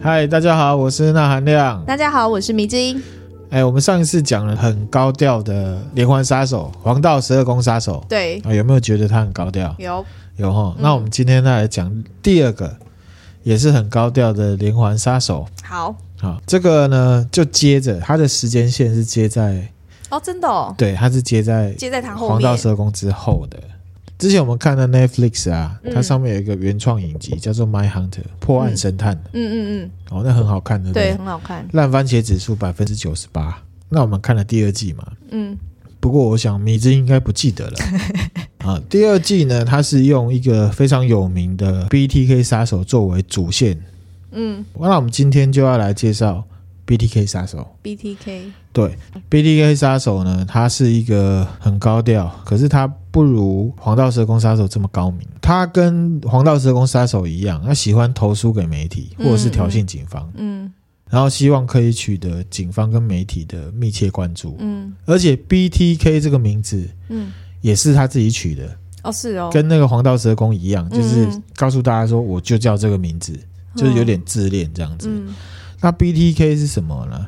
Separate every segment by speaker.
Speaker 1: 嗨，大家好，我是那含亮。
Speaker 2: 大家好，我是迷之音。
Speaker 1: 哎，我们上一次讲了很高调的连环杀手黄道十二宫杀手
Speaker 2: 对，
Speaker 1: 啊，有没有觉得他很高调？
Speaker 2: 有嗯
Speaker 1: 有哈。那我们今天再来讲第二个，也是很高调的连环杀手。
Speaker 2: 好
Speaker 1: 好，这个呢就接着它的时间线是接在，
Speaker 2: 哦，真的哦，
Speaker 1: 对，它是接在
Speaker 2: 接在他后
Speaker 1: 黄道
Speaker 2: 面。
Speaker 1: 十二宫之后的。之前我们看的 Netflix 啊，它
Speaker 2: 嗯
Speaker 1: 上面有一个原创影集叫做《My Hunter》破案神探，
Speaker 2: 嗯嗯
Speaker 1: 哦，那很好看的。
Speaker 2: 嗯，
Speaker 1: 不
Speaker 2: 对，很好看。
Speaker 1: 烂番茄指数百分之九十八。那我们看了第二季嘛，
Speaker 2: 嗯，
Speaker 1: 不过我想米芝应该不记得了啊。第二季呢，它是用一个非常有名的 BTK 杀手作为主线。
Speaker 2: 嗯
Speaker 1: 那我们今天就要来介绍 BTK 杀手。
Speaker 2: ，BTK，
Speaker 1: 对，BTK 杀手呢，他是一个很高调，可是他不如黄道十二宫杀手这么高明。他跟黄道十二宫杀手一样，他喜欢投诉给媒体或者是挑衅警方，
Speaker 2: 嗯
Speaker 1: 然后希望可以取得警方跟媒体的密切关注。
Speaker 2: 嗯
Speaker 1: 而且 BTK 这个名字
Speaker 2: 嗯，
Speaker 1: 也是他自己取的，
Speaker 2: 哦是哦，
Speaker 1: 跟那个黄道十二宫一样，就是
Speaker 2: 嗯
Speaker 1: 告诉大家说我就叫这个名字，就是有点自恋这样子。
Speaker 2: 嗯
Speaker 1: 那 BTK 是什么呢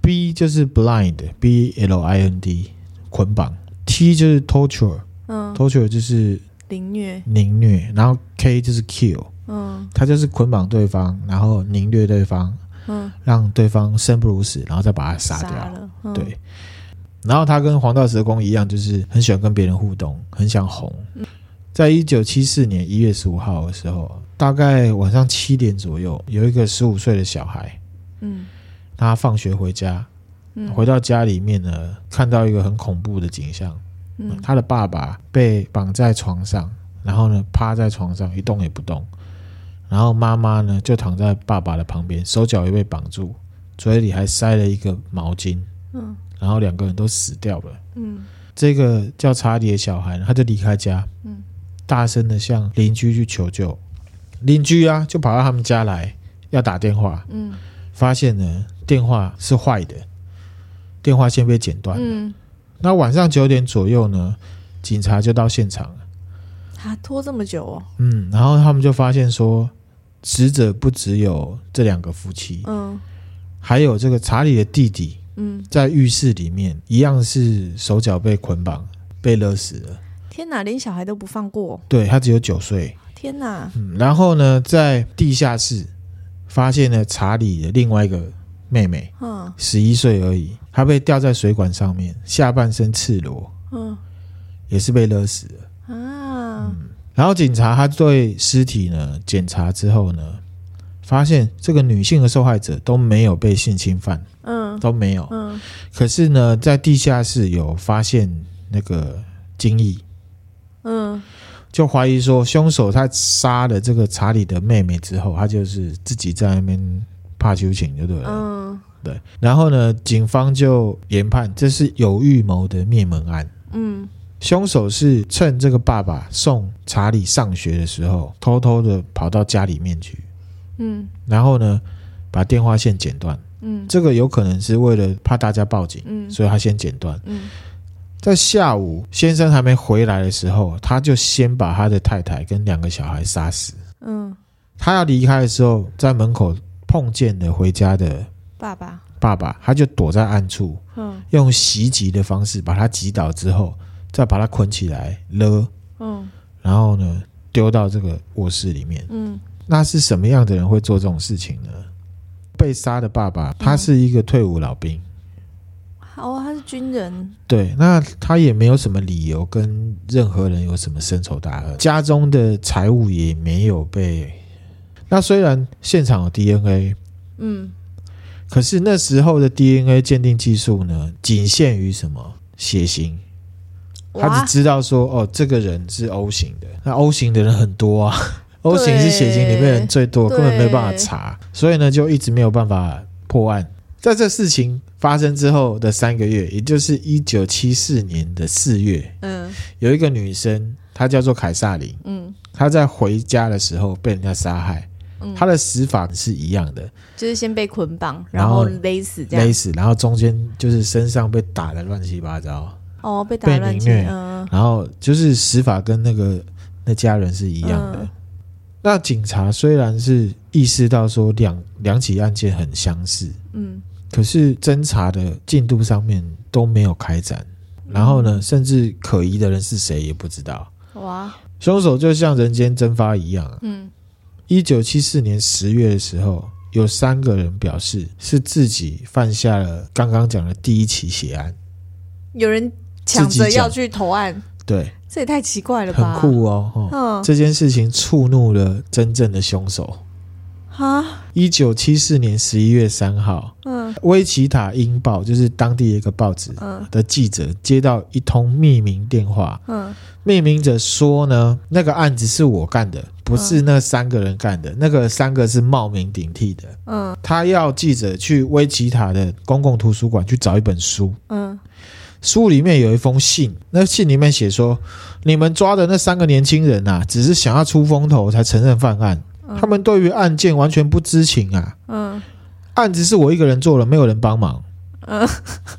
Speaker 1: ？B 就是 blind，B L I N D 捆绑，T 就是 torture，torture
Speaker 2: 嗯，
Speaker 1: 就是
Speaker 2: 凌虐，
Speaker 1: 凌虐，然后 K 就是 kill，
Speaker 2: 嗯
Speaker 1: 它就是捆绑对方，然后凌虐对方，
Speaker 2: 嗯，
Speaker 1: 让对方生不如死，然后再把他杀掉。
Speaker 2: 了，嗯，
Speaker 1: 对。然后他跟黄道蛇公一样，就是很喜欢跟别人互动，很想红。在一九七四年一月十五号的时候，大概晚上七点左右，有一个十五岁的小孩，
Speaker 2: 嗯
Speaker 1: 他放学回家，
Speaker 2: 嗯，
Speaker 1: 回到家里面呢，看到一个很恐怖的景象，
Speaker 2: 嗯
Speaker 1: 啊他的爸爸被绑在床上，然后呢趴在床上一动也不动，然后妈妈呢就躺在爸爸的旁边，手脚也被绑住，嘴里还塞了一个毛巾，
Speaker 2: 嗯
Speaker 1: 然后两个人都死掉了。
Speaker 2: 嗯
Speaker 1: 这个叫查理的小孩呢，他就离开家，
Speaker 2: 嗯
Speaker 1: 大声的向邻居去求救。邻居啊，就跑到他们家来要打电话，
Speaker 2: 嗯
Speaker 1: 发现呢电话是坏的，电话线被剪断。
Speaker 2: 嗯，
Speaker 1: 那晚上九点左右呢，警察就到现场了。
Speaker 2: 他啊拖这么久哦，
Speaker 1: 嗯，然后他们就发现说，死者不只有这两个夫妻，
Speaker 2: 嗯
Speaker 1: 还有这个查理的弟弟
Speaker 2: 嗯，
Speaker 1: 在浴室里面一样是手脚被捆绑，被勒死了。
Speaker 2: 天哪，连小孩都不放过，
Speaker 1: 对他只有九岁，
Speaker 2: 天哪，
Speaker 1: 嗯，然后呢，在地下室发现了查理的另外一个妹妹，
Speaker 2: 嗯
Speaker 1: 十一岁而已，她被吊在水管上面，下半身赤裸，
Speaker 2: 嗯
Speaker 1: 也是被勒死了。
Speaker 2: 啊，
Speaker 1: 然后警察他对尸体呢检查之后呢，发现这个女性的受害者都没有被性侵犯，
Speaker 2: 嗯
Speaker 1: 都没有。
Speaker 2: 嗯
Speaker 1: 可是呢，在地下室有发现那个精液，
Speaker 2: 嗯
Speaker 1: 就怀疑说凶手他杀了这个查理的妹妹之后，他就是自己在那边怕求情，就对了。
Speaker 2: 嗯
Speaker 1: 对，然后呢，警方就研判这是有预谋的灭门案，
Speaker 2: 嗯。
Speaker 1: 凶手是趁这个爸爸送查理上学的时候，偷偷的跑到家里面去，
Speaker 2: 嗯
Speaker 1: 然后呢，把电话线剪断。
Speaker 2: 嗯
Speaker 1: 这个有可能是为了怕大家报警，
Speaker 2: 嗯
Speaker 1: 所以他先剪断。
Speaker 2: 嗯
Speaker 1: 在下午先生还没回来的时候，他就先把他的太太跟两个小孩杀死。
Speaker 2: 嗯，
Speaker 1: 他要离开的时候，在门口碰见了回家的
Speaker 2: 爸爸，
Speaker 1: 爸爸，他就躲在暗处，
Speaker 2: 嗯
Speaker 1: 用袭击的方式把他击倒之后，再把他捆起来勒，
Speaker 2: 嗯
Speaker 1: 然后呢丢到这个卧室里面。
Speaker 2: 嗯
Speaker 1: 那是什么样的人会做这种事情呢？被杀的爸爸他是一个退伍老兵，
Speaker 2: 好，哦他是军人，
Speaker 1: 对，那他也没有什么理由跟任何人有什么深仇大恨，家中的财物也没有被。那虽然现场有 DNA，
Speaker 2: 嗯
Speaker 1: 可是那时候的 DNA 鉴定技术呢，仅限于什么血型？他
Speaker 2: 哇
Speaker 1: 只知道说，哦，这个人是 O 型的，那 O 型的人很多啊，O 型是血型里面人最多，
Speaker 2: 对
Speaker 1: 根本没办法查，所以呢，就一直没有办法破案。在这事情发生之后的三个月，也就是一九七四年的四月，
Speaker 2: 嗯
Speaker 1: 有一个女生，她叫做凯撒琳，
Speaker 2: 嗯
Speaker 1: 她在回家的时候被人家杀害，
Speaker 2: 嗯，
Speaker 1: 她的死法是一样的，
Speaker 2: 就是先被捆绑，
Speaker 1: 然
Speaker 2: 然
Speaker 1: 后
Speaker 2: 后勒死这
Speaker 1: 勒
Speaker 2: 样，
Speaker 1: 死，然后中间就是身上被打的乱七八糟，
Speaker 2: 哦，被打
Speaker 1: 被
Speaker 2: 乱
Speaker 1: 凌
Speaker 2: 七，
Speaker 1: 虐
Speaker 2: 嗯
Speaker 1: 然后就是死法跟那个那家人是一样的。
Speaker 2: 嗯
Speaker 1: 那警察虽然是意识到说两两起案件很相似，
Speaker 2: 嗯，
Speaker 1: 可是侦查的进度上面都没有开展。然后呢，甚至可疑的人是谁也不知道。
Speaker 2: 哇，
Speaker 1: 凶手就像人间蒸发一样。
Speaker 2: 嗯
Speaker 1: 一九七四年十月的时候，有三个人表示是自己犯下了刚刚讲的第一起血案。
Speaker 2: 有人抢
Speaker 1: 自己
Speaker 2: 着
Speaker 1: 讲
Speaker 2: 要去投案，
Speaker 1: 对，
Speaker 2: 这也太奇怪了
Speaker 1: 很
Speaker 2: 吧？
Speaker 1: 酷哦。哦
Speaker 2: 嗯
Speaker 1: 这件事情触怒了真正的凶手。
Speaker 2: 啊，
Speaker 1: 一九七四年十一月三号，
Speaker 2: 嗯
Speaker 1: 威奇塔英报就是当地一个报纸
Speaker 2: 嗯
Speaker 1: 的记者接到一通匿名电话，
Speaker 2: 嗯
Speaker 1: 匿名者说呢，那个案子是我干的，不是那三个人干的，那个三个是冒名顶替的。
Speaker 2: 嗯
Speaker 1: 他要记者去威奇塔的公共图书馆去找一本书，
Speaker 2: 嗯，
Speaker 1: 书里面有一封信，那信里面写说，你们抓的那三个年轻人啊，只是想要出风头才承认犯案，
Speaker 2: 嗯
Speaker 1: 他们对于案件完全不知情啊。
Speaker 2: 嗯
Speaker 1: 案子是我一个人做了，没有人帮忙，
Speaker 2: 嗯，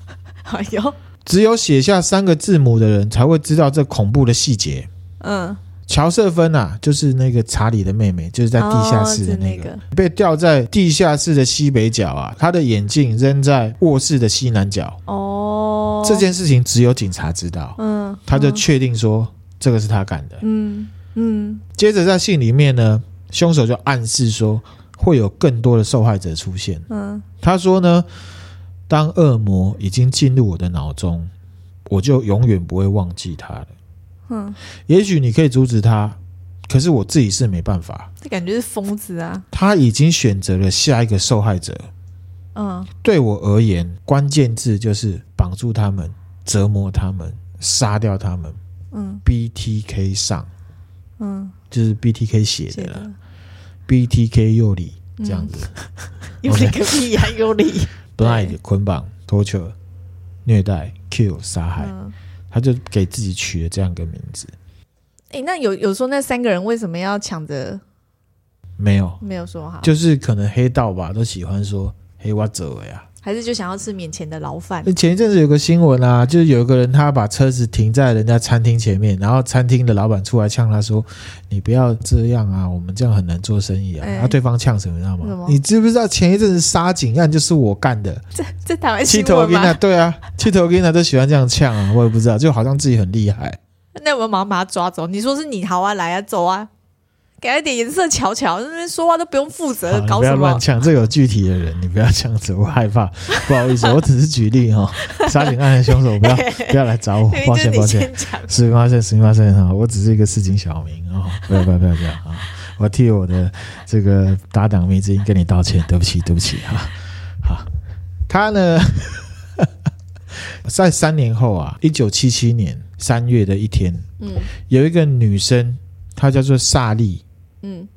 Speaker 2: 哎呦，
Speaker 1: 只有写下三个字母的人才会知道这恐怖的细节。
Speaker 2: 嗯，
Speaker 1: 乔瑟芬啊，就是那个查理的妹妹，就是在地下室的
Speaker 2: 哦
Speaker 1: 那
Speaker 2: 是
Speaker 1: 个，被吊在地下室的西北角啊，她的眼镜扔在卧室的西南角。
Speaker 2: 哦，
Speaker 1: 这，件事情只有警察知道，
Speaker 2: 嗯，
Speaker 1: 他就
Speaker 2: 嗯
Speaker 1: 确定说这个是他干的。
Speaker 2: 嗯嗯
Speaker 1: 接着在信里面呢，凶手就暗示说会有更多的受害者出现。
Speaker 2: 嗯
Speaker 1: 他说呢，当恶魔已经进入我的脑中，我就永远不会忘记他了。
Speaker 2: 嗯，
Speaker 1: 也许你可以阻止他，可是我自己是没办法。
Speaker 2: 这感觉是疯子啊，
Speaker 1: 他已经选择了下一个受害者。
Speaker 2: 嗯
Speaker 1: 对我而言，关键字就是绑住他们、折磨他们、杀掉他们。
Speaker 2: 嗯
Speaker 1: BTK 上
Speaker 2: 嗯，
Speaker 1: 就是 BTK 写
Speaker 2: 写
Speaker 1: 的啦
Speaker 2: 的
Speaker 1: BTK 右里这样子，
Speaker 2: 有理个屁呀，有理，
Speaker 1: blind 捆绑、torture、虐待、kill 杀害。
Speaker 2: 嗯。
Speaker 1: 他就给自己取了这样一个名字。
Speaker 2: 哎、那有有说那三个人为什么要抢着
Speaker 1: 没有，
Speaker 2: 没有说好，
Speaker 1: 就是可能黑道吧，都喜欢说“黑我走了呀
Speaker 2: 还是就想要吃免钱的牢”。饭？
Speaker 1: 那前一阵子有个新闻啊，就是有一个人他把车子停在人家餐厅前面，然后餐厅的老板出来呛他说：“你不要这样啊，我们这样很难做生意啊。
Speaker 2: 哎
Speaker 1: 然后对方呛什么，你知道
Speaker 2: 什
Speaker 1: 吗
Speaker 2: 么？
Speaker 1: 你知不知道前一阵子杀警案就是我干的？
Speaker 2: 这台湾
Speaker 1: 七
Speaker 2: 新
Speaker 1: 头
Speaker 2: 闻
Speaker 1: 跟啊，
Speaker 2: 吗？
Speaker 1: 对啊，七头跟啊都喜欢这样呛啊，我也不知道，就好像自己很厉害。
Speaker 2: 那我们马上把他抓走。你说是你好啊，来啊，走啊，给他一点颜色瞧瞧。那边说话都不用负责
Speaker 1: 好，，你
Speaker 2: 搞
Speaker 1: 不要
Speaker 2: 什
Speaker 1: 乱
Speaker 2: 么？
Speaker 1: 呛，这有具体的人， 你不要这样子，我害怕， 不好意思，我只是举例 哈、哦。杀警案的凶手不要不要来找我
Speaker 2: 明，明
Speaker 1: 抱
Speaker 2: 就是
Speaker 1: 歉
Speaker 2: 你
Speaker 1: 抱歉，
Speaker 2: 先讲。
Speaker 1: 十八岁十八岁哈，我只是一个市井小民哦，不要不要不要这样啊，我替我的这个搭档迷之音跟你道歉，对不起对不起哈、好，他呢， 在三年后啊，一九七七年三月的一天，
Speaker 2: 嗯
Speaker 1: 有一个女生，她叫做萨利。
Speaker 2: 嗯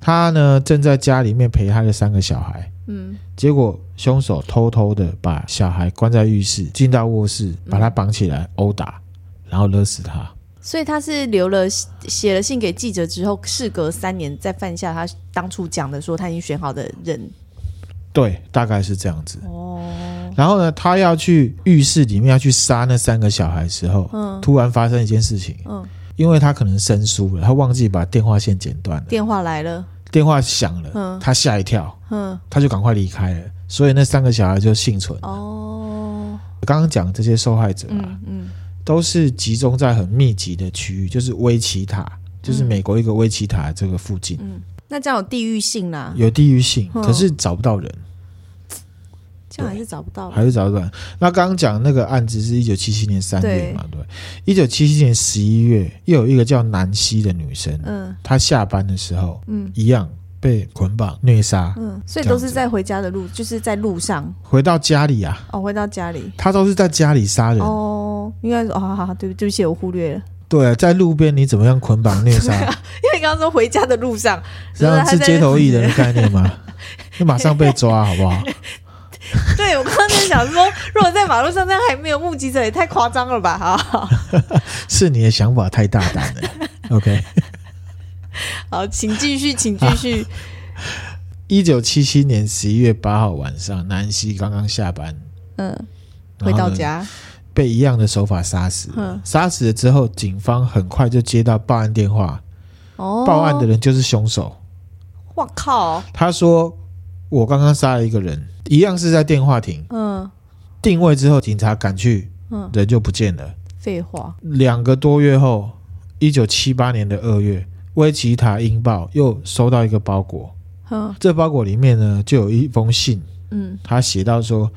Speaker 1: 他呢正在家里面陪他的三个小孩，
Speaker 2: 嗯
Speaker 1: 结果凶手偷偷的把小孩关在浴室，进到卧室，把他绑起来殴打，然后勒死他。
Speaker 2: 所以他是留了写了信给记者之后，事隔三年再犯下他当初讲的说他已经选好的人。
Speaker 1: 对，大概是这样子。
Speaker 2: 哦，
Speaker 1: 然后呢，他要去浴室里面要去杀那三个小孩的时候，
Speaker 2: 嗯
Speaker 1: 突然发生一件事情，
Speaker 2: 嗯，
Speaker 1: 因为他可能生疏了，他忘记把电话线剪断了，
Speaker 2: 电话来了，
Speaker 1: 电话响了，
Speaker 2: 嗯
Speaker 1: 他吓一跳，
Speaker 2: 嗯
Speaker 1: 他就赶快离开了，所以那三个小孩就幸存。
Speaker 2: 哦，
Speaker 1: 刚刚讲这些受害者啊，
Speaker 2: 嗯嗯
Speaker 1: 都是集中在很密集的区域，就是威奇塔，就是美国一个威奇塔这个附近、
Speaker 2: 嗯，那这样有地域性啦。
Speaker 1: 有地域性，
Speaker 2: 嗯
Speaker 1: 可是找不到人，
Speaker 2: 这样还是找不到吧。
Speaker 1: 还是找不到人。那刚刚讲那个案子是一九七七年三月嘛，对，一九七七年十一月，又有一个叫南希的女生，
Speaker 2: 嗯
Speaker 1: 她下班的时候
Speaker 2: 嗯
Speaker 1: 一样被捆绑虐杀，
Speaker 2: 嗯，所以都是在回家的路，就是在路上
Speaker 1: 回到家里啊，
Speaker 2: 哦，回到家里
Speaker 1: 她都是在家里杀人。
Speaker 2: 哦，应该是哦，好好好，对不对不起，我忽略了，
Speaker 1: 对、啊，在路边你怎么样捆绑虐杀？
Speaker 2: 因为你刚刚说回家的路上，
Speaker 1: 这样是
Speaker 2: 就是他在
Speaker 1: 街头艺人的概念吗？那马上被抓好不好？
Speaker 2: 对我刚刚在想说， 如果在马路上这样还没有目击者，也太夸张了吧？哈，好
Speaker 1: 是你的想法太大胆了。OK，
Speaker 2: 好，请 继续，请继续，
Speaker 1: 一九七七年十一月八号晚上，南希刚刚下班，
Speaker 2: 嗯，
Speaker 1: 然
Speaker 2: 回
Speaker 1: 后呢
Speaker 2: 到家，
Speaker 1: 被一样的手法杀死了。
Speaker 2: 嗯
Speaker 1: 杀死了之后，警方很快就接到报案电话，
Speaker 2: 哦，
Speaker 1: 报案的，人就是凶手。
Speaker 2: 哇靠，
Speaker 1: 他说我刚刚杀了一个人，一样是在电话亭
Speaker 2: 嗯
Speaker 1: 定位之后，警察赶去，
Speaker 2: 嗯，
Speaker 1: 人就不见了。
Speaker 2: 废话，
Speaker 1: 两个多月后，一九七八年的二月，威奇塔英报又收到一个包裹，
Speaker 2: 嗯
Speaker 1: 这包裹里面呢就有一封信，
Speaker 2: 嗯
Speaker 1: 他写到说：“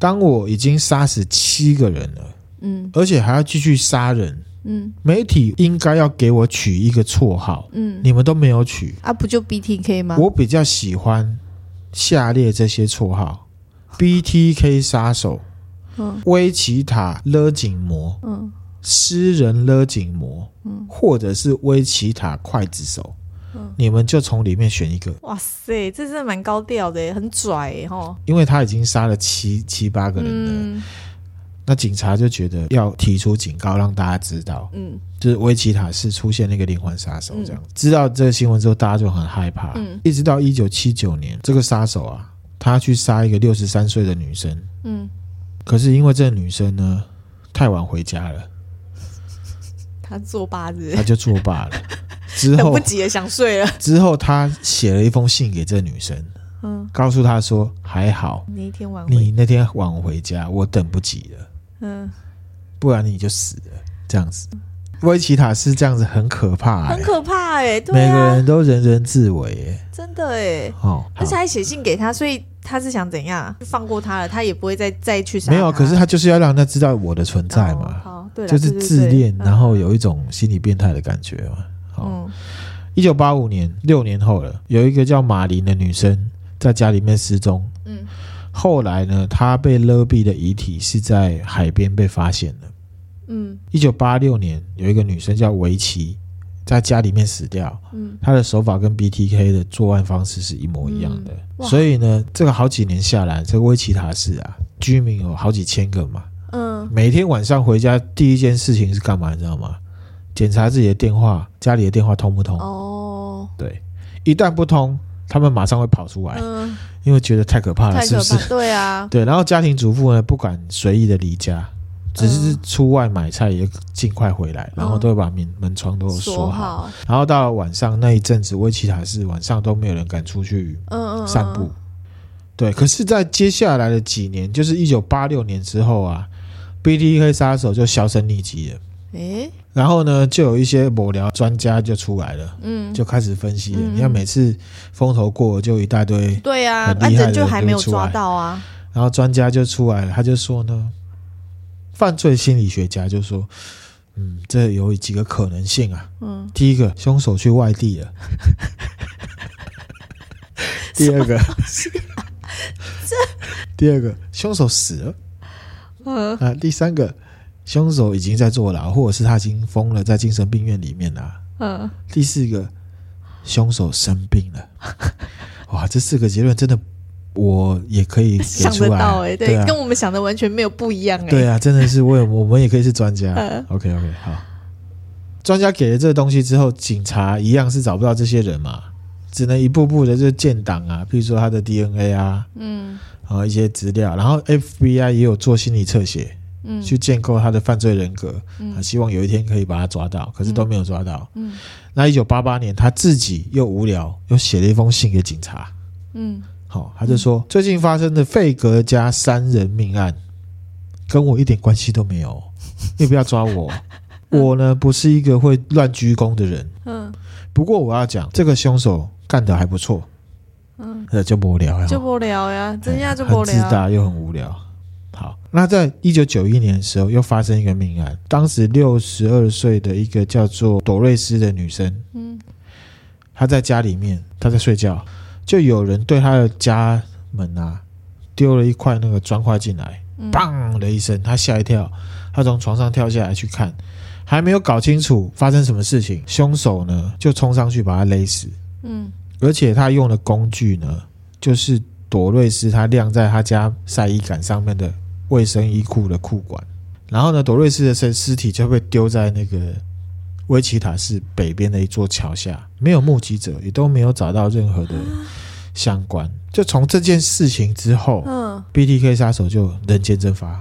Speaker 1: 当我已经杀死七个人了，
Speaker 2: 嗯
Speaker 1: 而且还要继续杀人，
Speaker 2: 嗯
Speaker 1: 媒体应该要给我取一个绰号，
Speaker 2: 嗯，
Speaker 1: 你们都没有取，
Speaker 2: 啊不就 BTK 吗？
Speaker 1: 我比较喜欢下列这些绰号：BTK 杀手、
Speaker 2: 嗯
Speaker 1: 威奇塔勒紧魔、
Speaker 2: 嗯
Speaker 1: 诗人勒紧魔，
Speaker 2: 嗯
Speaker 1: 或者是威奇塔刽子手，你们就从里面选一个，
Speaker 2: 哇塞，这真的蛮高调的耶，很拽耶哈。
Speaker 1: 因为他已经杀了七七八个人了。
Speaker 2: 嗯
Speaker 1: 那警察就觉得要提出警告，让大家知道，
Speaker 2: 嗯
Speaker 1: 就是威奇塔是出现那个连环杀手这样。
Speaker 2: 嗯
Speaker 1: 知道这个新闻之后，大家就很害怕。
Speaker 2: 嗯
Speaker 1: 一直到一九七九年，这个杀手啊，他去杀一个六十三岁的女生，
Speaker 2: 嗯，
Speaker 1: 可是因为这个女生呢太晚回家了，
Speaker 2: 他作八字
Speaker 1: 他，就作罢 了。之
Speaker 2: 等
Speaker 1: 后
Speaker 2: 不及了，想睡了。
Speaker 1: 之后，他写了一封信给这个女生，
Speaker 2: 嗯，
Speaker 1: 告诉她说：“还好
Speaker 2: 那一天晚回，
Speaker 1: 你那天晚回家，我等不及了，
Speaker 2: 嗯，
Speaker 1: 不然你就死了。”这样子，威奇塔是这样子，很可怕、欸，
Speaker 2: 很可怕哎，对
Speaker 1: 每个
Speaker 2: 啊
Speaker 1: 人，都人人自危、欸，
Speaker 2: 真的哎。
Speaker 1: 哦，好
Speaker 2: 而且还写信给他，所以他是想怎样？就放过他了，他也不会再再去杀他。
Speaker 1: 没有，可是他就是要让他知道我的存在
Speaker 2: 啊哦
Speaker 1: 嘛，
Speaker 2: 好，对啦，
Speaker 1: 就是
Speaker 2: 对对
Speaker 1: 自
Speaker 2: 对
Speaker 1: 恋，
Speaker 2: 嗯
Speaker 1: 然后有一哦种心理变态的感觉嘛。好，
Speaker 2: 嗯
Speaker 1: 一九八五年，六年后了，有一个叫马林的女生在家里面失踪，
Speaker 2: 嗯
Speaker 1: 后来呢，她被勒毙的遗体是在海边被发现的。
Speaker 2: 嗯
Speaker 1: 一九八六年，有一个女生叫维奇，在家里面死掉，
Speaker 2: 嗯，
Speaker 1: 她的手法跟 BTK 的作案方式是一模一样的。
Speaker 2: 哇
Speaker 1: 所以呢，这个好几年下来，这个威奇塔市啊，居民有好几千个嘛，
Speaker 2: 嗯
Speaker 1: 每天晚上回家第一件事情是干嘛？你知道吗？检查自己的电话，家里的电话通不通？
Speaker 2: 哦，
Speaker 1: 对，一旦不通，他们马上会跑出来，
Speaker 2: 嗯，
Speaker 1: 因为觉得太可怕了，
Speaker 2: 太
Speaker 1: 是
Speaker 2: 可
Speaker 1: 不是？
Speaker 2: 怕，对啊，
Speaker 1: 对，然后家庭主妇呢不敢随意的离家，只是
Speaker 2: 嗯
Speaker 1: 出外买菜也尽快回来，然后都会把门门窗都锁好。
Speaker 2: 说嗯好，
Speaker 1: 然后到了晚上那一阵子，威奇塔是晚上都没有人敢出去
Speaker 2: 嗯嗯嗯，
Speaker 1: 散步。对，可是，在接下来的几年，就是一九八六年之后啊，BTK 杀手就销声匿迹了。
Speaker 2: 诶，
Speaker 1: 然后呢，就有一些某聊专家就出来了，
Speaker 2: 嗯，
Speaker 1: 就开始分析了。
Speaker 2: 嗯
Speaker 1: 你看，每次风头过了就一大堆
Speaker 2: 对啊，
Speaker 1: 很厉
Speaker 2: 反
Speaker 1: 害
Speaker 2: 正
Speaker 1: 的
Speaker 2: 就
Speaker 1: 人
Speaker 2: 还
Speaker 1: 就
Speaker 2: 没有
Speaker 1: 会出
Speaker 2: 抓
Speaker 1: 来
Speaker 2: 到啊，
Speaker 1: 然后专家就出来了，他就说呢，犯罪心理学家就说，嗯，这有几个可能性啊。
Speaker 2: 嗯，
Speaker 1: 第一个，凶手去外地 了；第二个，
Speaker 2: 啊
Speaker 1: 第二个，凶手死了
Speaker 2: 嗯
Speaker 1: 啊；第三个，凶手已经在坐牢，或者是他已经疯了，在精神病院里面啦、
Speaker 2: 嗯，
Speaker 1: 第四个，凶手生病 了。哇，这四个结论真的，我也可以给
Speaker 2: 想
Speaker 1: 出
Speaker 2: 得
Speaker 1: 来啊。
Speaker 2: 到哎，
Speaker 1: 对啊，
Speaker 2: 跟我们想的完全没有不一样哎，
Speaker 1: 对啊，真的是我也我们也可以是专家。
Speaker 2: 嗯
Speaker 1: OK OK，好。专家给了这个东西之后，警察一样是找不到这些人嘛，只能一步步的就建档啊，比如说他的 DNA 啊，
Speaker 2: 嗯
Speaker 1: 然后一些资料，然后 FBI 也有做心理侧写，
Speaker 2: 嗯
Speaker 1: 去建构他的犯罪人格，啊，
Speaker 2: 嗯
Speaker 1: 希望有一天可以把他抓到，可是都没有抓到。
Speaker 2: 嗯
Speaker 1: 那一九八八年，他自己又无聊，又写了一封信给警察，
Speaker 2: 嗯，
Speaker 1: 好、他就说、最近发生的费格加三人命案，跟我一点关系都没 有，你不要抓我。我呢不是一个会乱鞠躬的人，
Speaker 2: 嗯
Speaker 1: 不过我要讲这个凶手干得还不错，
Speaker 2: 嗯，
Speaker 1: 呃，就无聊呀，
Speaker 2: 就不聊呀，真下就
Speaker 1: 哎很
Speaker 2: 不
Speaker 1: 自
Speaker 2: 聊，
Speaker 1: 大又很无聊。好，那在一九九一年的时候又发生一个命案，当时六十二岁的一个叫做朵瑞斯的女生，
Speaker 2: 嗯
Speaker 1: 她在家里面，她在睡觉，就有人对她的家门啊丢了一块那个砖块进来，
Speaker 2: 嗯，
Speaker 1: 砰的一声，她吓一跳，她从床上跳下来去看，还没有搞清楚发生什么事情，凶手呢就冲上去把她勒死，
Speaker 2: 嗯
Speaker 1: 而且他用的工具呢，就是朵瑞斯她晾在她家晒衣杆上面的卫生衣裤的裤管，然后呢，朵瑞斯的身尸体就被丢在那个威奇塔市北边的一座桥下，没有目击者，也都没有找到任何的相关。就从这件事情之后
Speaker 2: 嗯，
Speaker 1: ，BTK 杀手就人间蒸发，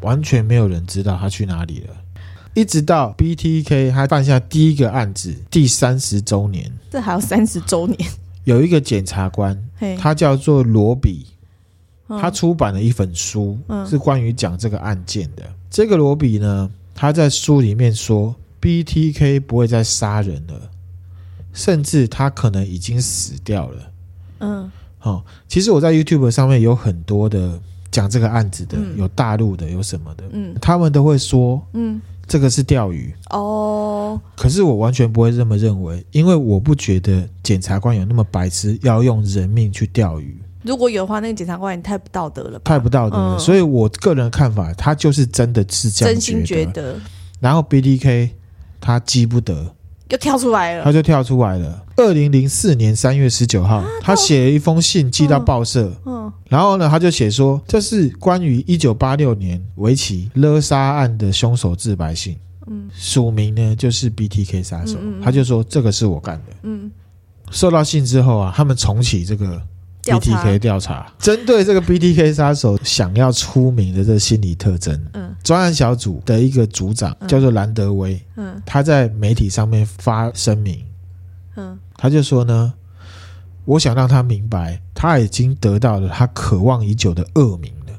Speaker 1: 完全没有人知道他去哪里了。一直到 BTK 他犯下第一个案子第三十周年，
Speaker 2: 这还有三十周年，
Speaker 1: 有一个检察官，
Speaker 2: 嘿，
Speaker 1: 他叫做罗比，
Speaker 2: 嗯
Speaker 1: 他出版了一本书，
Speaker 2: 嗯
Speaker 1: 是关于讲这个案件的。这个罗比呢，他在书里面说，BTK 不会再杀人了，甚至他可能已经死掉了。
Speaker 2: 嗯
Speaker 1: 哦，其实我在 YouTube 上面有很多的讲这个案子的，
Speaker 2: 嗯
Speaker 1: 有大陆的，有什么的，
Speaker 2: 嗯
Speaker 1: 他们都会说
Speaker 2: 嗯，
Speaker 1: 这个是钓鱼。
Speaker 2: 哦，
Speaker 1: 可是我完全不会这么认为，因为我不觉得检察官有那么白痴，要用人命去钓鱼，
Speaker 2: 如果有的话，那个检察官也太不道德了吧，
Speaker 1: 太不道德了。
Speaker 2: 嗯
Speaker 1: 所以我个人看法，他就是真的是这样
Speaker 2: 真心觉
Speaker 1: 得。
Speaker 2: 得
Speaker 1: 然后 BDK 他激不得，
Speaker 2: 又跳出来了
Speaker 1: 他，就跳出来了。二零零四年三月十九号，他写了一封信寄到报社，
Speaker 2: 啊嗯
Speaker 1: 然后呢，他就写说这是关于一九八六年围棋勒杀案的凶手自白信，
Speaker 2: 嗯
Speaker 1: 署名呢就是 BTK 杀手，
Speaker 2: 嗯嗯嗯
Speaker 1: 他就说这个是我干的。
Speaker 2: 嗯，
Speaker 1: 收到信之后啊，他们重启这个
Speaker 2: 调查
Speaker 1: BTK 调查，针对这个 BTK 杀手想要出名的这心理特征，
Speaker 2: 嗯
Speaker 1: 专案小组的一个组长
Speaker 2: 嗯
Speaker 1: 叫做兰德威，
Speaker 2: 嗯
Speaker 1: 他在媒体上面发声明，
Speaker 2: 嗯
Speaker 1: 他就说呢，我想让他明白，他已经得到了他渴望已久的恶名了，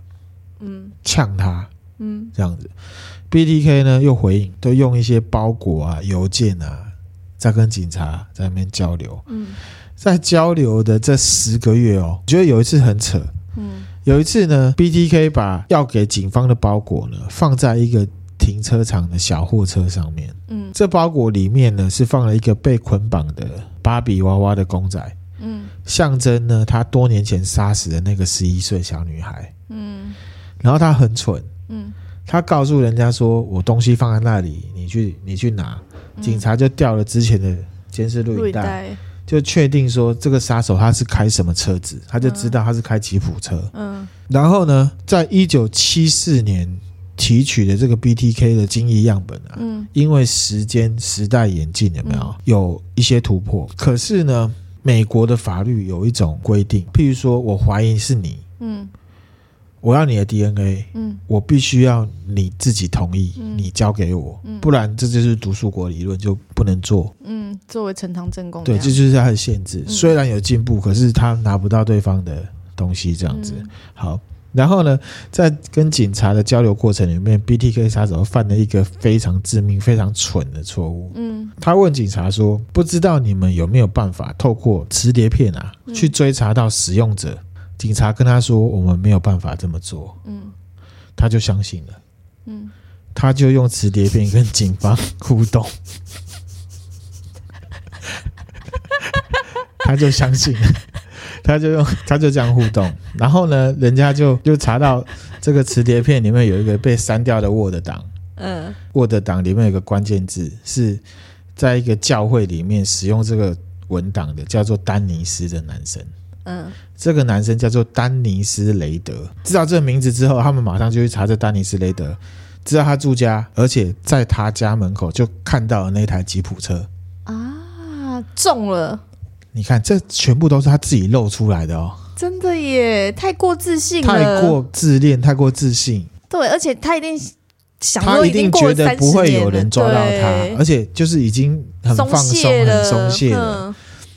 Speaker 2: 嗯
Speaker 1: 呛他
Speaker 2: 嗯
Speaker 1: 这样子。BTK 呢又回应，都用一些包裹啊、邮件啊，在跟警察在那边交流。
Speaker 2: 嗯
Speaker 1: 在交流的这十个月哦，我觉得有一次很扯。
Speaker 2: 嗯
Speaker 1: 有一次呢，BTK 把要给警方的包裹呢放在一个停车场的小货车上面。
Speaker 2: 嗯
Speaker 1: 这包裹里面呢是放了一个被捆绑的芭比娃娃的公仔，
Speaker 2: 嗯
Speaker 1: 象征呢他多年前杀死的那个十一岁小女孩。
Speaker 2: 嗯
Speaker 1: 然后他很蠢，
Speaker 2: 嗯，
Speaker 1: 他告诉人家说：“我东西放在那里，你去 你去拿。”
Speaker 2: 嗯
Speaker 1: 警察就调了之前的监视录
Speaker 2: 录
Speaker 1: 影
Speaker 2: 影
Speaker 1: 带。
Speaker 2: 带，
Speaker 1: 就确定说这个杀手他是开什么车子，他就知道他是开吉普车。
Speaker 2: 嗯
Speaker 1: 然后呢，在一九七四年提取的这个 BTK 的精液样本啊，
Speaker 2: 嗯
Speaker 1: 因为时间时代演进有没有、
Speaker 2: 嗯
Speaker 1: 有一些突破？可是呢，美国的法律有一种规定，譬如说我怀疑是你，
Speaker 2: 嗯
Speaker 1: 我要你的 DNA。
Speaker 2: 嗯
Speaker 1: 我必须要你自己同意，
Speaker 2: 嗯
Speaker 1: 你交给我，
Speaker 2: 嗯
Speaker 1: 不然这就是毒树国理论，就不能做。
Speaker 2: 嗯，作为呈堂证供这
Speaker 1: 对，
Speaker 2: 样，
Speaker 1: 这就是它的限制。
Speaker 2: 嗯
Speaker 1: 虽然有进步，可是他拿不到对方的东西，这样子。
Speaker 2: 嗯
Speaker 1: 好，然后呢，在跟警察的交流过程里面，BTK 杀手犯了一个非常致命、非常蠢的错误。
Speaker 2: 嗯
Speaker 1: 他问警察说：“不知道你们有没有办法透过磁碟片啊，
Speaker 2: 嗯
Speaker 1: 去追查到使用者？”警察跟他说：“我们没有办法这么做。
Speaker 2: 嗯”
Speaker 1: 他就相信了，
Speaker 2: 嗯，
Speaker 1: 他就用磁碟片跟警方 互 动，他就相信了，他就用 他就这样互动，然后呢，人家就就查到这个磁碟片里面有一个被删掉的 Word 档
Speaker 2: 嗯
Speaker 1: ，Word 档里面有个关键字是在一个教会里面使用这个文档的，叫做丹尼斯的男生。
Speaker 2: 嗯
Speaker 1: 这个男生叫做丹尼斯·雷德。知道这个名字之后，他们马上就去查这丹尼斯·雷德，知道他住家，而且在他家门口就看到了那台吉普车。
Speaker 2: 啊，中了，
Speaker 1: 你看，这全部都是他自己露出来的哦，
Speaker 2: 真的耶，太过自信了，
Speaker 1: 太过自恋，太过自信，
Speaker 2: 对，而且他一定想
Speaker 1: 他
Speaker 2: 说
Speaker 1: 一定
Speaker 2: 过了
Speaker 1: 觉得
Speaker 2: 30
Speaker 1: 不会
Speaker 2: 年
Speaker 1: 有
Speaker 2: 了
Speaker 1: 人抓到他，
Speaker 2: 对
Speaker 1: 而且就是已经很放松、
Speaker 2: 懈了，
Speaker 1: 很松懈了。
Speaker 2: 嗯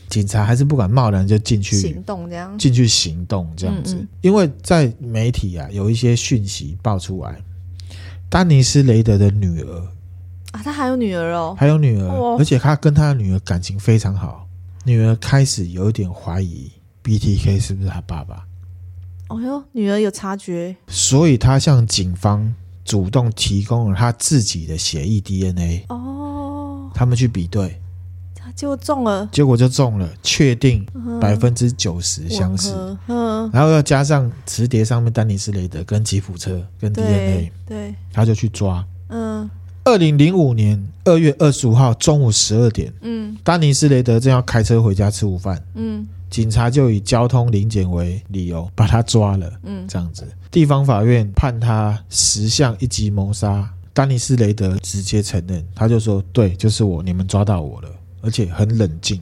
Speaker 1: 警察还是不敢贸然就进去
Speaker 2: 行动这样，
Speaker 1: 进去行动这样子。
Speaker 2: 嗯嗯
Speaker 1: 因为在媒体啊有一些讯息爆出来，丹尼斯雷德的女儿
Speaker 2: 啊，他还有女儿哦，
Speaker 1: 还有女儿，
Speaker 2: 哦
Speaker 1: 而且他跟他的女儿感情非常好，女儿开始有一点怀疑 BTK 是不是他爸爸，
Speaker 2: 哦哟，女儿有察觉，
Speaker 1: 所以他向警方主动提供了他自己的血液 DNA，
Speaker 2: 哦，
Speaker 1: 他们去比对，
Speaker 2: 他就中了，
Speaker 1: 结果就中了，确定
Speaker 2: 嗯
Speaker 1: 百分之九十相
Speaker 2: 吻
Speaker 1: 似。
Speaker 2: 合，嗯，
Speaker 1: 然后要加上磁碟上面丹尼斯雷德跟吉普车跟 DNA，
Speaker 2: 对对，
Speaker 1: 他就去抓。
Speaker 2: 嗯
Speaker 1: 二零零五年二月二十五号中午十二点，
Speaker 2: 嗯
Speaker 1: 丹尼斯雷德正要开车回家吃午饭，
Speaker 2: 嗯
Speaker 1: 警察就以交通临检为理由把他抓了。
Speaker 2: 嗯，
Speaker 1: 这样子，地方法院判他十项一级谋杀。丹尼斯雷德直接承认，他就说：“对，就是我，你们抓到我了。”而且很冷静，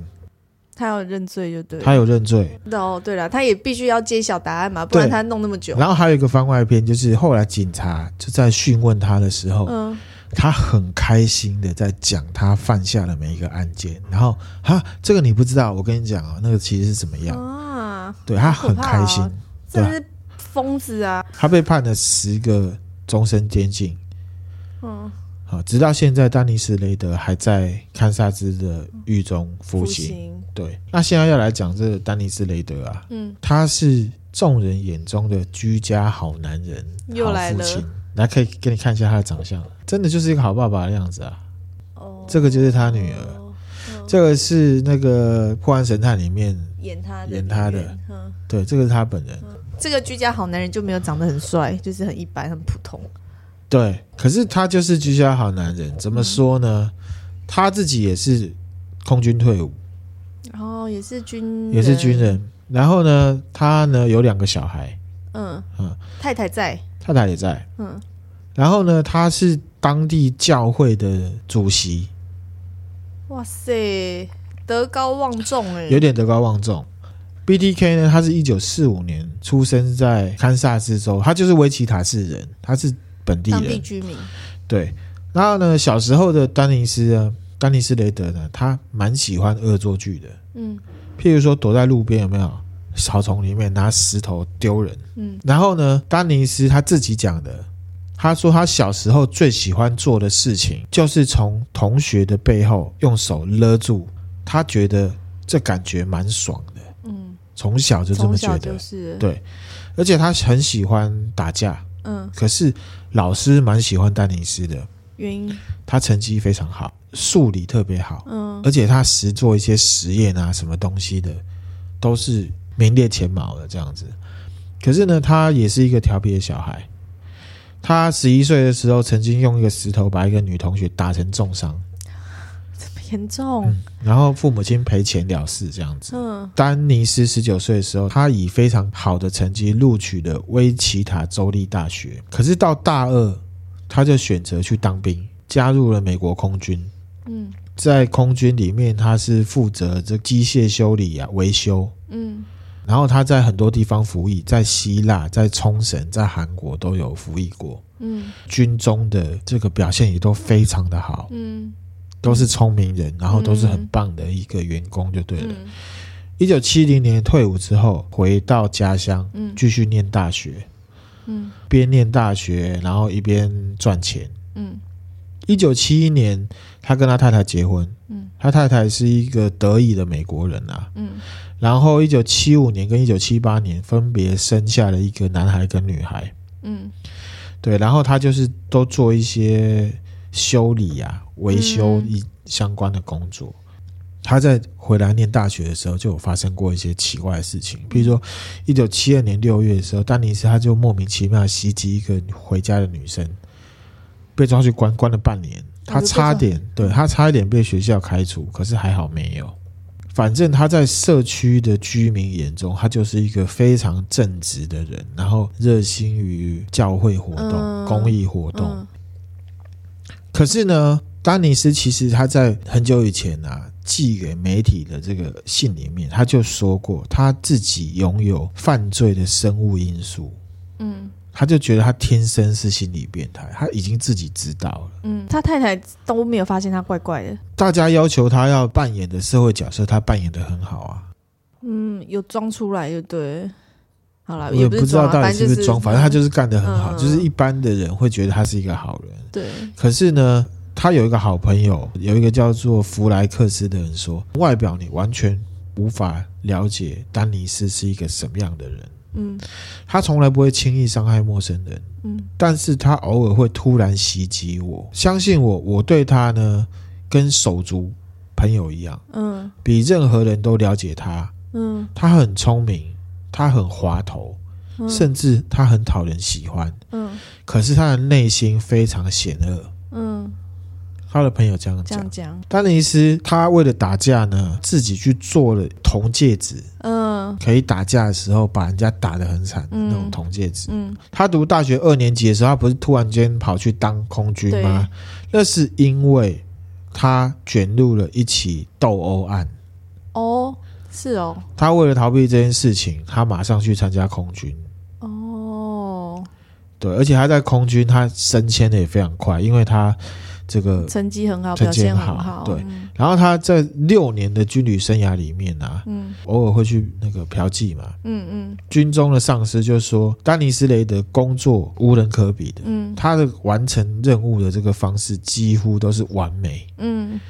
Speaker 2: 他要认罪就对了，
Speaker 1: 他有认罪。
Speaker 2: 哦，对了，他也必须要揭晓答案嘛，不然
Speaker 1: 对
Speaker 2: 他弄那么久，
Speaker 1: 然后还有一个番外篇，就是后来警察就在讯问他的时候，
Speaker 2: 嗯
Speaker 1: 他很开心的在讲他犯下的每一个案件，然后哈，这个你不知道，我跟你讲啊，那个其实是怎么样，
Speaker 2: 啊，
Speaker 1: 对他
Speaker 2: 好可
Speaker 1: 很
Speaker 2: 怕
Speaker 1: 开
Speaker 2: 哦
Speaker 1: 心，对
Speaker 2: 这
Speaker 1: 啊
Speaker 2: 是疯子啊！
Speaker 1: 他被判了十个终身监禁，
Speaker 2: 嗯，
Speaker 1: 好，直到现在，丹尼斯雷德还在堪萨斯的狱中服
Speaker 2: 不
Speaker 1: 刑。
Speaker 2: 行，
Speaker 1: 对，那现在要来讲这个丹尼斯雷德啊，
Speaker 2: 嗯，
Speaker 1: 他是众人眼中的居家好男人，
Speaker 2: 又来了
Speaker 1: 好父亲。来，可以给你看一下他的长相，真的就是一个好爸爸的样子啊。
Speaker 2: 哦，
Speaker 1: 这个就是他女儿，
Speaker 2: 嗯
Speaker 1: 这个是那个《破案神探》里面，
Speaker 2: 演他的
Speaker 1: 演他的
Speaker 2: 演员，嗯，
Speaker 1: 对，这个是他本人。
Speaker 2: 这个居家好男人就没有长得很帅，就是很一般，很普通。
Speaker 1: 对，可是他就是居家好男人，怎么说呢？他自己也是空军退伍，
Speaker 2: 然后哦也是军，
Speaker 1: 也是军，人。然后呢，他呢有两个小孩，
Speaker 2: 嗯
Speaker 1: 嗯
Speaker 2: 太太在，
Speaker 1: 太太也在。
Speaker 2: 嗯，
Speaker 1: 然后呢，他是当地教会的主席，
Speaker 2: 哇塞，德高望重哎，
Speaker 1: 有点德高望重。BTK 呢，他是一九四五年出生在堪萨斯州，他就是维奇塔市人，他是本地
Speaker 2: 当
Speaker 1: 人。
Speaker 2: 地居民，
Speaker 1: 对，然后呢，小时候的丹尼斯呢，丹尼斯雷德呢，他蛮喜欢恶作剧的，
Speaker 2: 嗯
Speaker 1: 譬如说躲在路边有没有草丛里面拿石头丢人。
Speaker 2: 嗯，
Speaker 1: 然后呢，丹尼斯他自己讲的，他说他小时候最喜欢做的事情就是从同学的背后用手勒住，他觉得这感觉蛮爽的，
Speaker 2: 嗯，
Speaker 1: 从小就这
Speaker 2: 从
Speaker 1: 么觉
Speaker 2: 小
Speaker 1: 得
Speaker 2: 就。是，
Speaker 1: 对而且他很喜欢打架，
Speaker 2: 嗯，
Speaker 1: 可是老师蛮喜欢丹尼斯的，
Speaker 2: 原因，
Speaker 1: 他成绩非常好，数理特别好，
Speaker 2: 嗯，
Speaker 1: 而且他实做一些实验啊，什么东西的，都是名列前茅的这样子。可是呢，他也是一个调皮的小孩。他十一岁的时候，曾经用一个石头把一个女同学打成重伤，
Speaker 2: 这么严重，
Speaker 1: 然后父母亲赔钱了事这样子。
Speaker 2: 嗯，
Speaker 1: 丹尼斯十九岁的时候，他以非常好的成绩录取了威奇塔州立大学。可是到大二，他就选择去当兵，加入了美国空军。
Speaker 2: 嗯
Speaker 1: 在空军里面，他是负责这机械修理啊、维修。
Speaker 2: 嗯，
Speaker 1: 然后他在很多地方服役，在希腊、在冲绳、在韩国都有服役过。
Speaker 2: 嗯
Speaker 1: 军中的这个表现也都非常的好，
Speaker 2: 嗯
Speaker 1: 都是聪明人，然后都是很
Speaker 2: 嗯
Speaker 1: 棒的一个员工，就对了。
Speaker 2: 嗯
Speaker 1: 一九七零年退伍之后，回到家乡
Speaker 2: 嗯
Speaker 1: 继续念大学，
Speaker 2: 嗯
Speaker 1: 边念大学然后一边赚钱。
Speaker 2: 嗯
Speaker 1: 一九七一年，他跟他太太结婚，
Speaker 2: 嗯
Speaker 1: 他太太是一个德裔的美国人啊。
Speaker 2: 嗯
Speaker 1: 然后，一九七五年跟一九七八年分别生下了一个男孩跟女孩。
Speaker 2: 嗯，
Speaker 1: 对，然后他就是都做一些修理啊、维修
Speaker 2: 嗯
Speaker 1: 一相关的工作。他在回来念大学的时候，就有发生过一些奇怪的事情，比如说，一九七二年六月的时候，丹尼斯他就莫名其妙袭击一个回家的女生，被抓去关，关了半年。他差点，对他差一点被学校开除，可是还好没有。反正他在社区的居民眼中，他就是一个非常正直的人，然后热心于教会活动、
Speaker 2: 嗯
Speaker 1: 公益活动。
Speaker 2: 嗯
Speaker 1: 可是呢，丹尼斯其实他在很久以前啊，寄给媒体的这个信里面，他就说过他自己拥有犯罪的生物因素，
Speaker 2: 嗯
Speaker 1: 他就觉得他天生是心理变态，他已经自己知道了。
Speaker 2: 嗯，他太太都没有发现他怪怪的，
Speaker 1: 大家要求他要扮演的社会角色，他扮演的很好啊。
Speaker 2: 嗯，有装出来就对。好了，
Speaker 1: 我也
Speaker 2: 不
Speaker 1: 不知
Speaker 2: 装
Speaker 1: 道
Speaker 2: 啊
Speaker 1: 到底
Speaker 2: 反
Speaker 1: 是
Speaker 2: 正
Speaker 1: 不
Speaker 2: 就是
Speaker 1: 装，反正他就是干得很好，
Speaker 2: 嗯
Speaker 1: 就是一般的人会觉得他是一个好人。
Speaker 2: 对，
Speaker 1: 可是呢，他有一个好朋友，有一个叫做弗莱克斯的人说，外表你完全无法了解丹尼斯是一个什么样的人。
Speaker 2: 嗯
Speaker 1: 他从来不会轻易伤害陌生人，
Speaker 2: 嗯
Speaker 1: 但是他偶尔会突然袭击我。相信我，我对他呢，跟手足朋友一样，
Speaker 2: 嗯
Speaker 1: 比任何人都了解他。
Speaker 2: 嗯
Speaker 1: 他很聪明，他很滑头，
Speaker 2: 嗯，
Speaker 1: 甚至他很讨人喜欢。
Speaker 2: 嗯
Speaker 1: 可是他的内心非常险恶。
Speaker 2: 嗯，
Speaker 1: 他的朋友这样
Speaker 2: 这
Speaker 1: 讲
Speaker 2: 样。讲，
Speaker 1: 丹尼斯他为了打架呢，自己去做了铜戒指，
Speaker 2: 嗯
Speaker 1: 可以打架的时候把人家打得很惨的
Speaker 2: 嗯
Speaker 1: 那种铜戒指。
Speaker 2: 嗯
Speaker 1: 他读大学二年级的时候，他不是突然间跑去当空军吗？那是因为他卷入了一起斗殴案。
Speaker 2: 哦，是哦
Speaker 1: 他为了逃避这件事情，他马上去参加空军。
Speaker 2: 哦，
Speaker 1: 对，而且他在空军他升迁的也非常快，因为他这个
Speaker 2: 成绩很好，
Speaker 1: 成
Speaker 2: 表
Speaker 1: 绩
Speaker 2: 现
Speaker 1: 很
Speaker 2: 很
Speaker 1: 好
Speaker 2: 好，
Speaker 1: 对
Speaker 2: 嗯
Speaker 1: 然后他在六年的军旅生涯里面啊，
Speaker 2: 嗯
Speaker 1: 偶尔会去那个嫖妓嘛。
Speaker 2: 嗯
Speaker 1: 军中的上司就说，丹尼斯雷德工作无人可比的，
Speaker 2: 嗯
Speaker 1: 他的完成任务的这个方式几乎都是完美。
Speaker 2: 嗯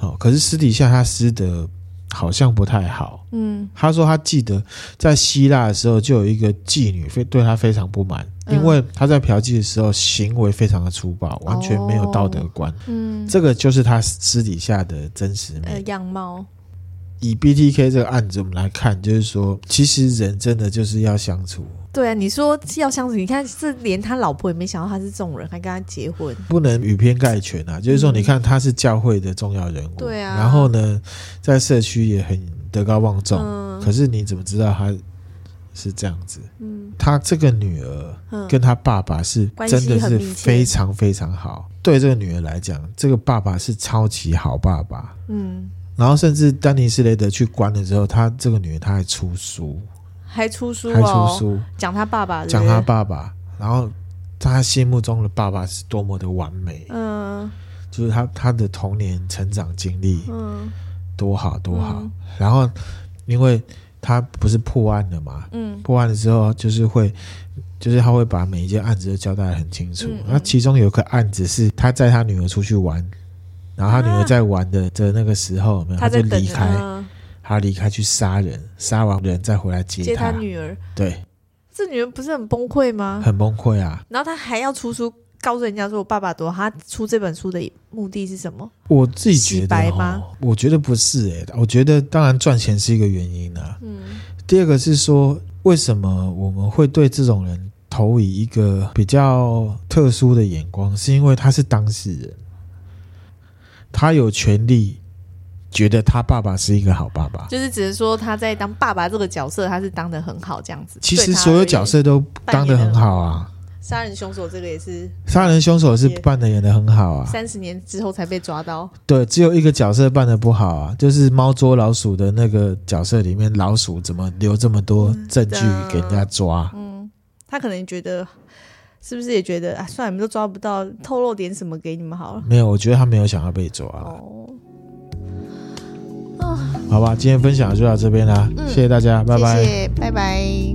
Speaker 1: 哦，可是私底下他私德好像不太好。
Speaker 2: 嗯
Speaker 1: 他说他记得在希腊的时候，就有一个妓女非对他非常不满，
Speaker 2: 嗯
Speaker 1: 因为他在嫖妓的时候行为非常的粗暴，完全没有道德观。
Speaker 2: 嗯，
Speaker 1: 这个就是他私底下的真实
Speaker 2: 呃
Speaker 1: 面。
Speaker 2: 样貌，
Speaker 1: 以 BTK 这个案子，我们来看，就是说，其实人真的就是要相处，
Speaker 2: 对啊，你说要相处，你看这连他老婆也没想到他是这种人，还跟他结婚，
Speaker 1: 不能以偏概全啊。就是说，
Speaker 2: 嗯
Speaker 1: 你看他是教会的重要人物，
Speaker 2: 对啊
Speaker 1: 然后呢，在社区也很德高望重，
Speaker 2: 嗯
Speaker 1: 可是你怎么知道他是这样子？
Speaker 2: 嗯
Speaker 1: 他这个女儿
Speaker 2: 嗯，
Speaker 1: 跟他爸爸是
Speaker 2: 关系
Speaker 1: 真的
Speaker 2: 很
Speaker 1: 是
Speaker 2: 密切
Speaker 1: 非常非常好。对这个女儿来讲，这个爸爸是超级好爸爸。
Speaker 2: 嗯
Speaker 1: 然后甚至丹尼斯雷德去关了之后，他这个女儿她还出书，
Speaker 2: 还出书
Speaker 1: 还出
Speaker 2: 哦，
Speaker 1: 书
Speaker 2: 讲他爸爸，
Speaker 1: 讲
Speaker 2: 对
Speaker 1: 他
Speaker 2: 不对，
Speaker 1: 爸爸，然后他心目中的爸爸是多么的完美，
Speaker 2: 嗯
Speaker 1: 就是他他的童年成长经历
Speaker 2: 嗯
Speaker 1: 多好多好
Speaker 2: 嗯。
Speaker 1: 然后因为他不是破案了嘛，
Speaker 2: 嗯
Speaker 1: 破案了之后就是会。就是他会把每一件案子都交代得很清楚
Speaker 2: 嗯嗯。
Speaker 1: 那、其中有一个案子是他载他女儿出去玩，然后他女儿在玩的的那个时候，有没有他
Speaker 2: 他在
Speaker 1: 就
Speaker 2: 等
Speaker 1: 离
Speaker 2: 着
Speaker 1: 开，
Speaker 2: 嗯
Speaker 1: 他离开去杀人，杀完人再回来接
Speaker 2: 接他
Speaker 1: 他，
Speaker 2: 女儿，
Speaker 1: 对，
Speaker 2: 这女人不是很崩溃吗？
Speaker 1: 很崩溃啊。
Speaker 2: 然后他还要出书告诉人家说我爸爸多好，他出这本书的目的是什么？
Speaker 1: 我自己觉
Speaker 2: 洗
Speaker 1: 得
Speaker 2: 白
Speaker 1: 哦
Speaker 2: 吗，
Speaker 1: 我觉得不是诶、我觉得当然赚钱是一个原因啊。
Speaker 2: 嗯
Speaker 1: 第二个是说，为什么我们会对这种人投以一个比较特殊的眼光，是因为他是当事人，他有权利觉得他爸爸是一个好爸爸。
Speaker 2: 就是只是说他在当爸爸这个角色，他是当的很好这样子。
Speaker 1: 其
Speaker 2: 对
Speaker 1: 实
Speaker 2: 他
Speaker 1: 所有
Speaker 2: 而言
Speaker 1: 角，色都当得很好啊，
Speaker 2: 杀人凶手这个也是
Speaker 1: 杀人凶手是扮的演的很好啊，
Speaker 2: 三十年之后才被抓到。
Speaker 1: 对，只有一个角色扮的不好啊，就是猫捉老鼠的那个角色里面，老鼠怎么留这么多证据给人家抓？
Speaker 2: 嗯，他可能觉得是不是也觉得啊，算了，你们都抓不到，透露点什么给你们好了。
Speaker 1: 没有，我觉得他没有想要被抓，啊
Speaker 2: 哦，
Speaker 1: 嗯好吧？今天分享就到这边啦，谢谢大家，拜拜。
Speaker 2: 谢谢，拜拜。